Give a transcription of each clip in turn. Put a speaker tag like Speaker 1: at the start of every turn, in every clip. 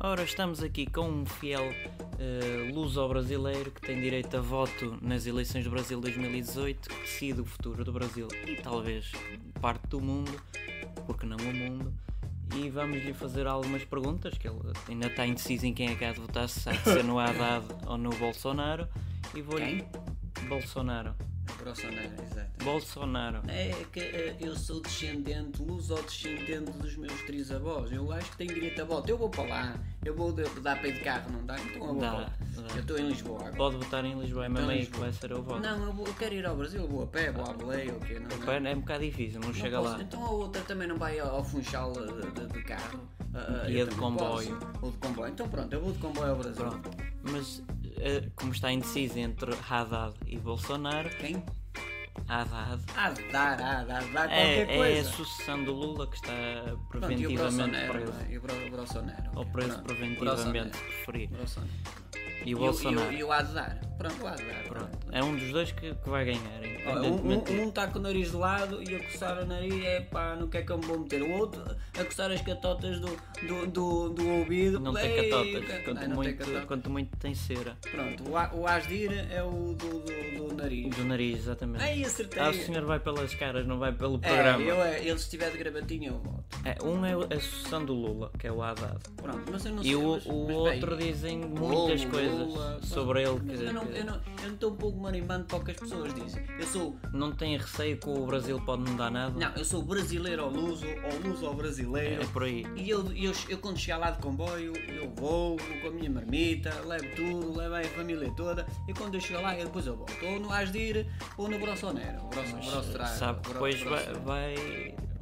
Speaker 1: Ora, estamos aqui com um fiel eh, luso-brasileiro que tem direito a voto nas eleições do Brasil 2018, que decide o futuro do Brasil e talvez parte do mundo, porque não o mundo. E vamos lhe fazer algumas perguntas, que ele ainda está indeciso em quem é que há de votar, se há de ser no Haddad ou no Bolsonaro. E vou-lhe. Bolsonaro.
Speaker 2: Bolsonaro, exato.
Speaker 1: Bolsonaro.
Speaker 2: É que eh, eu sou descendente, luso-descendente dos meus três avós. Eu acho que tenho direito a voto. Eu vou para lá. Eu vou de- dar para ir de carro, não dá? Então eu vou
Speaker 1: Dá,
Speaker 2: para lá.
Speaker 1: dá.
Speaker 2: Eu estou em Lisboa agora.
Speaker 1: Pode votar em Lisboa, é mesmo aí que vai ser o voto.
Speaker 2: Então Não, eu, vou- eu quero ir ao Brasil. Eu vou a pé, vou à Belém, ou o quê? Não, não.
Speaker 1: Pá, É um bocado difícil, não,
Speaker 2: Não
Speaker 1: chega
Speaker 2: posso.
Speaker 1: lá.
Speaker 2: Então a outra também não vai ao, ao Funchal eh, de, de- de carro? Ah,
Speaker 1: Ia
Speaker 2: eu
Speaker 1: é de
Speaker 2: também
Speaker 1: comboio.
Speaker 2: posso. Ou de comboio. Então pronto, eu vou de comboio ao Brasil.
Speaker 1: Pronto. Mas eh, como está indeciso entre Haddad e Bolsonaro,
Speaker 2: Quem?
Speaker 1: Haddad
Speaker 2: Há de dar, há de há de dar qualquer
Speaker 1: é, é a
Speaker 2: coisa.
Speaker 1: sucessão do Lula que está
Speaker 2: Pronto, e o
Speaker 1: preventivamente
Speaker 2: Bolsonaro,
Speaker 1: preso.
Speaker 2: não é? E o Bro- o Bolsonaro.
Speaker 1: Ou
Speaker 2: ok,
Speaker 1: preso
Speaker 2: pronto.
Speaker 1: preventivamente,
Speaker 2: Bolsonaro.
Speaker 1: preferir.
Speaker 2: Bolsonaro.
Speaker 1: E
Speaker 2: E
Speaker 1: o
Speaker 2: o-
Speaker 1: Bolsonaro.
Speaker 2: E o- e o há de dar. Pronto, o há de dar.
Speaker 1: Pronto. É um dos dois que, que vai ganhar,
Speaker 2: Olha, um
Speaker 1: independentemente.
Speaker 2: está com o nariz de lado e a coçar o nariz, é pá, no que é que eu me vou meter? O outro a coçar as catotas do, do, do, do ouvido.
Speaker 1: Não tem
Speaker 2: Ei,
Speaker 1: catotas,
Speaker 2: cara,
Speaker 1: quanto,
Speaker 2: um não, não tem
Speaker 1: muito,
Speaker 2: catotas.
Speaker 1: quanto muito tem cera.
Speaker 2: Pronto, o, a- o as de ir é o do, do, do nariz.
Speaker 1: Do nariz, exatamente.
Speaker 2: Ai, acertei.
Speaker 1: Ah, o senhor vai pelas caras, não vai pelo
Speaker 2: é,
Speaker 1: programa.
Speaker 2: eu, é, ele se tiver de gravatinha eu voto.
Speaker 1: É, um é a sucessão do Lula, que é o Haddad.
Speaker 2: Pronto, mas eu não
Speaker 1: E
Speaker 2: sei.
Speaker 1: o,
Speaker 2: mas-
Speaker 1: o
Speaker 2: mas bem,
Speaker 1: outro dizem muitas
Speaker 2: Lula,
Speaker 1: coisas
Speaker 2: Lula,
Speaker 1: sobre ele
Speaker 2: mas
Speaker 1: que,
Speaker 2: eu não,
Speaker 1: que
Speaker 2: eu não, eu não estou um pouco marimbando para o que as pessoas dizem. Eu sou
Speaker 1: não têm receio que o Brasil pode mudar nada.
Speaker 2: Não, eu sou brasileiro ao luso, ao luso ao brasileiro.
Speaker 1: É por aí.
Speaker 2: E eu, eu, eu quando chegar lá de comboio, eu vou, vou com a minha marmita, levo tudo, levo aí a família toda. E quando eu chegar lá, eu depois eu volto. Ou no Asdir, ou no Bolsonaro. Brosso,
Speaker 1: Mas,
Speaker 2: Brosso Trago,
Speaker 1: sabe que
Speaker 2: Bro-
Speaker 1: depois
Speaker 2: Brosso
Speaker 1: vai,
Speaker 2: Trago.
Speaker 1: vai,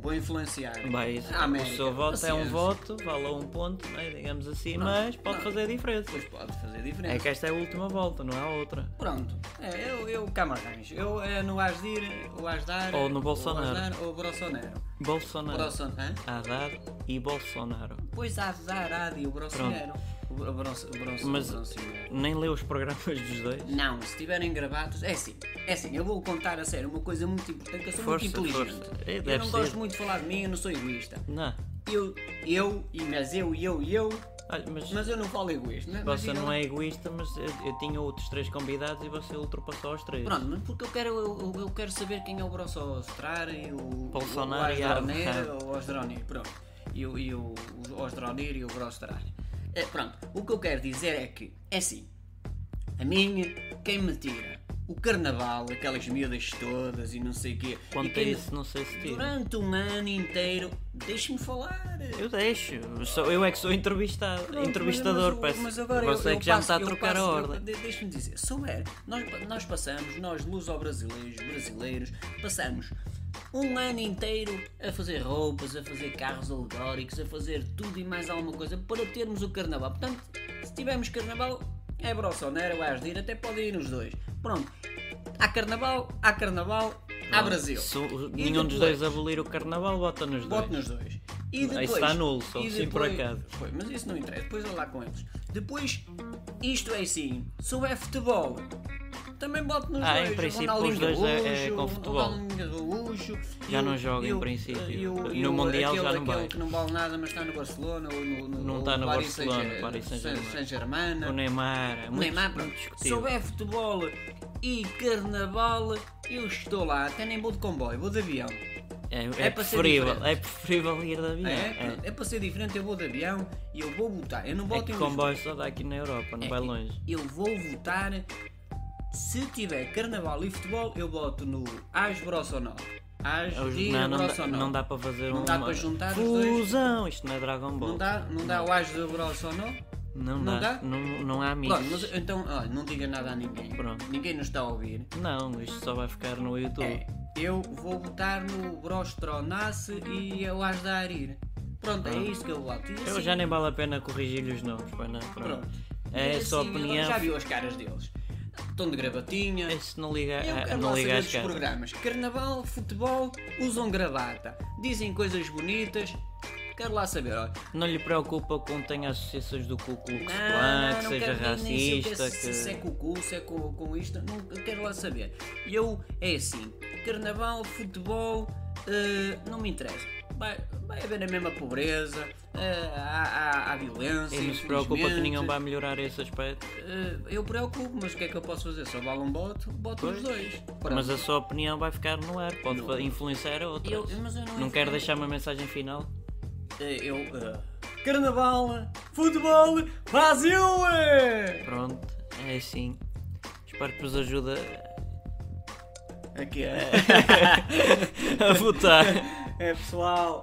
Speaker 2: Vou influenciar.
Speaker 1: vai-
Speaker 2: Ah,
Speaker 1: o
Speaker 2: América,
Speaker 1: seu voto é um
Speaker 2: paciência.
Speaker 1: voto, vale um ponto, né, digamos assim, mas pode
Speaker 2: não.
Speaker 1: fazer a diferença.
Speaker 2: Pois pode fazer diferença.
Speaker 1: É que esta é a última volta, não há outra.
Speaker 2: Pronto, é, eu, eu camarões. Eu é no Asdir, o Asdar.
Speaker 1: Ou no Bolsonaro. É.
Speaker 2: Ou Asdar, ou Bolsonaro.
Speaker 1: Bolsonaro,
Speaker 2: Bolsonaro. hã?
Speaker 1: Haddad e Bolsonaro.
Speaker 2: Pois há Zaradi e o um Bolsonaro. O Bro- Bronce- Bronce-
Speaker 1: Mas-
Speaker 2: Bolsonaro.
Speaker 1: Nem leu os programas dos dois.
Speaker 2: Não, se tiverem gravados, é assim, é assim, eu vou contar a sério uma coisa muito importante, que eu sou
Speaker 1: Força,
Speaker 2: muito inteligente.
Speaker 1: força. É, deve
Speaker 2: Eu não
Speaker 1: ser.
Speaker 2: gosto muito de falar de mim, eu não sou egoísta.
Speaker 1: Não.
Speaker 2: Eu, eu, e mas eu, e eu, e eu,
Speaker 1: Olha, mas,
Speaker 2: mas eu não falo egoísta. né? Mas
Speaker 1: você
Speaker 2: eu-
Speaker 1: não é egoísta, mas eu, eu tinha outros três convidados e você ultrapassou os três.
Speaker 2: Pronto, mas porque eu quero, eu, eu- eu quero saber quem é o Brosso Ostrar e o...
Speaker 1: Bolsonaro
Speaker 2: o
Speaker 1: e a-
Speaker 2: Asdronir, o Osdronir, pronto. E o, e o, o Osdronir e o Brosso Ostrar. É, pronto, o que eu quero dizer é que, é assim, a minha, quem me tira? O carnaval, aquelas miúdas todas e não sei o quê. e
Speaker 1: Quanto a
Speaker 2: quem me-
Speaker 1: isso, não sei se tive.
Speaker 2: Durante um ano inteiro, deixe-me falar.
Speaker 1: Eu deixo, sou, eu é que sou entrevistado,
Speaker 2: Pronto,
Speaker 1: entrevistador,
Speaker 2: mas,
Speaker 1: parece.
Speaker 2: mas agora
Speaker 1: você
Speaker 2: eu,
Speaker 1: que já me
Speaker 2: eu
Speaker 1: está a
Speaker 2: passo- eu
Speaker 1: trocar a
Speaker 2: passo- eu-
Speaker 1: ordem.
Speaker 2: de- Deixa-me dizer, souber, nós, pa- nós passamos, nós luso-brasileiros, brasileiros, passamos um ano inteiro a fazer roupas, a fazer carros alegóricos, a fazer tudo e mais alguma coisa para termos o carnaval. Portanto, se tivermos carnaval, é Bolsonaro, é Asdir, até pode ir nos dois. Pronto, há carnaval, há carnaval, há
Speaker 1: Pronto,
Speaker 2: Ah, Brasil.
Speaker 1: Se o-
Speaker 2: E
Speaker 1: nenhum dos dois
Speaker 2: depois?
Speaker 1: abolir o carnaval, bota nos dois.
Speaker 2: Bote nos dois. E
Speaker 1: Isso
Speaker 2: depois,
Speaker 1: está nulo, só
Speaker 2: e
Speaker 1: assim por
Speaker 2: depois-
Speaker 1: acaso.
Speaker 2: Foi, mas isso não interessa, depois eu lá com eles. Depois, isto é assim, se houver futebol, também bote nos
Speaker 1: Ah, em
Speaker 2: dois.
Speaker 1: princípio,
Speaker 2: Ronaldinho
Speaker 1: os dois é- é
Speaker 2: Gaúcho,
Speaker 1: com futebol.
Speaker 2: Ronaldinho Gaúcho,
Speaker 1: Já
Speaker 2: e
Speaker 1: não
Speaker 2: o-
Speaker 1: joga, em
Speaker 2: e o-
Speaker 1: princípio.
Speaker 2: e o-
Speaker 1: No
Speaker 2: e o-
Speaker 1: Mundial
Speaker 2: aquele,
Speaker 1: já não vai.
Speaker 2: Aquele que não vale nada, mas está no Barcelona ou no, no,
Speaker 1: Não
Speaker 2: ou
Speaker 1: está no
Speaker 2: Paris
Speaker 1: Barcelona,
Speaker 2: Saint-
Speaker 1: Paris Saint-Germain.
Speaker 2: Saint-Germain.
Speaker 1: O Neymar, é muito,
Speaker 2: Neymar,
Speaker 1: muito
Speaker 2: pronto. Se
Speaker 1: discutível.
Speaker 2: houver futebol e carnaval, eu estou lá. Até nem vou de comboio, vou de avião.
Speaker 1: É, é
Speaker 2: é para ser
Speaker 1: preferível,
Speaker 2: diferente.
Speaker 1: é preferível ir de avião.
Speaker 2: É,
Speaker 1: É,
Speaker 2: pronto, é para ser diferente, eu vou de avião e eu vou votar. Eu não
Speaker 1: é
Speaker 2: voto
Speaker 1: que
Speaker 2: em
Speaker 1: o
Speaker 2: Lisboa.
Speaker 1: comboio só dá aqui na Europa, não
Speaker 2: É,
Speaker 1: vai longe.
Speaker 2: Eu vou votar. Se tiver carnaval e futebol, eu voto no As Brosonó. As
Speaker 1: Os-
Speaker 2: Dia
Speaker 1: não, É não, dá,
Speaker 2: Brosonó.
Speaker 1: não dá para fazer
Speaker 2: Não
Speaker 1: uma
Speaker 2: dá para juntar os dois?
Speaker 1: fusão. Isto não é Dragon Ball.
Speaker 2: Não dá, não dá o As do Brosonó?
Speaker 1: Não,
Speaker 2: não
Speaker 1: dá.
Speaker 2: dá?
Speaker 1: Não, não há amigos.
Speaker 2: Pronto, mas então, olha, não diga nada a ninguém.
Speaker 1: Pronto.
Speaker 2: Ninguém nos está a ouvir.
Speaker 1: Não, isto só vai ficar no YouTube.
Speaker 2: É, eu vou votar no Brostronace e o As da Arir. Pronto, é isso que eu voto. E
Speaker 1: Ah. Eu
Speaker 2: assim-
Speaker 1: já nem vale a pena corrigir-lhe os nomes, pois não. Pronto.
Speaker 2: Pronto.
Speaker 1: É
Speaker 2: E
Speaker 1: a sua
Speaker 2: assim, eu
Speaker 1: opinião.
Speaker 2: Já viu as caras deles. Estão de gravatinha.
Speaker 1: Esse não liga,
Speaker 2: Eu
Speaker 1: a-
Speaker 2: quero
Speaker 1: É, não
Speaker 2: lá
Speaker 1: liga
Speaker 2: saber
Speaker 1: às
Speaker 2: dos
Speaker 1: caras.
Speaker 2: programas. Carnaval, futebol, usam gravata, dizem coisas bonitas. Quero lá saber, olha.
Speaker 1: Não lhe preocupa como tem associações do Ku Klux
Speaker 2: Não,
Speaker 1: Klan, que
Speaker 2: não
Speaker 1: seja
Speaker 2: quero nem- nem sei o que é,
Speaker 1: racista,
Speaker 2: se- Se é
Speaker 1: que...
Speaker 2: com o cu, se é com, com isto, não eu quero lá saber. Eu, é assim, carnaval, futebol, eh, não me interessa. vai, vai haver a mesma pobreza, eh, há, há, há violência.
Speaker 1: E não se preocupa que
Speaker 2: infelizmente.
Speaker 1: ninguém vai melhorar esse aspecto.
Speaker 2: Eh, eu preocupo, mas o que é que eu posso fazer? Se eu balo um bote, boto os
Speaker 1: Pois.
Speaker 2: dois. Pronto.
Speaker 1: Mas a sua opinião vai ficar no ar, pode
Speaker 2: No
Speaker 1: fa-
Speaker 2: ar.
Speaker 1: influenciar a outra.
Speaker 2: Eu- mas eu não
Speaker 1: não quero
Speaker 2: influen-
Speaker 1: deixar uma mensagem final.
Speaker 2: Eh, eu. eh, Carnaval, futebol, Brasil! eh!
Speaker 1: Pronto, é assim. Espero que vos ajude a-
Speaker 2: Aqui é.
Speaker 1: a votar.
Speaker 2: é pessoal.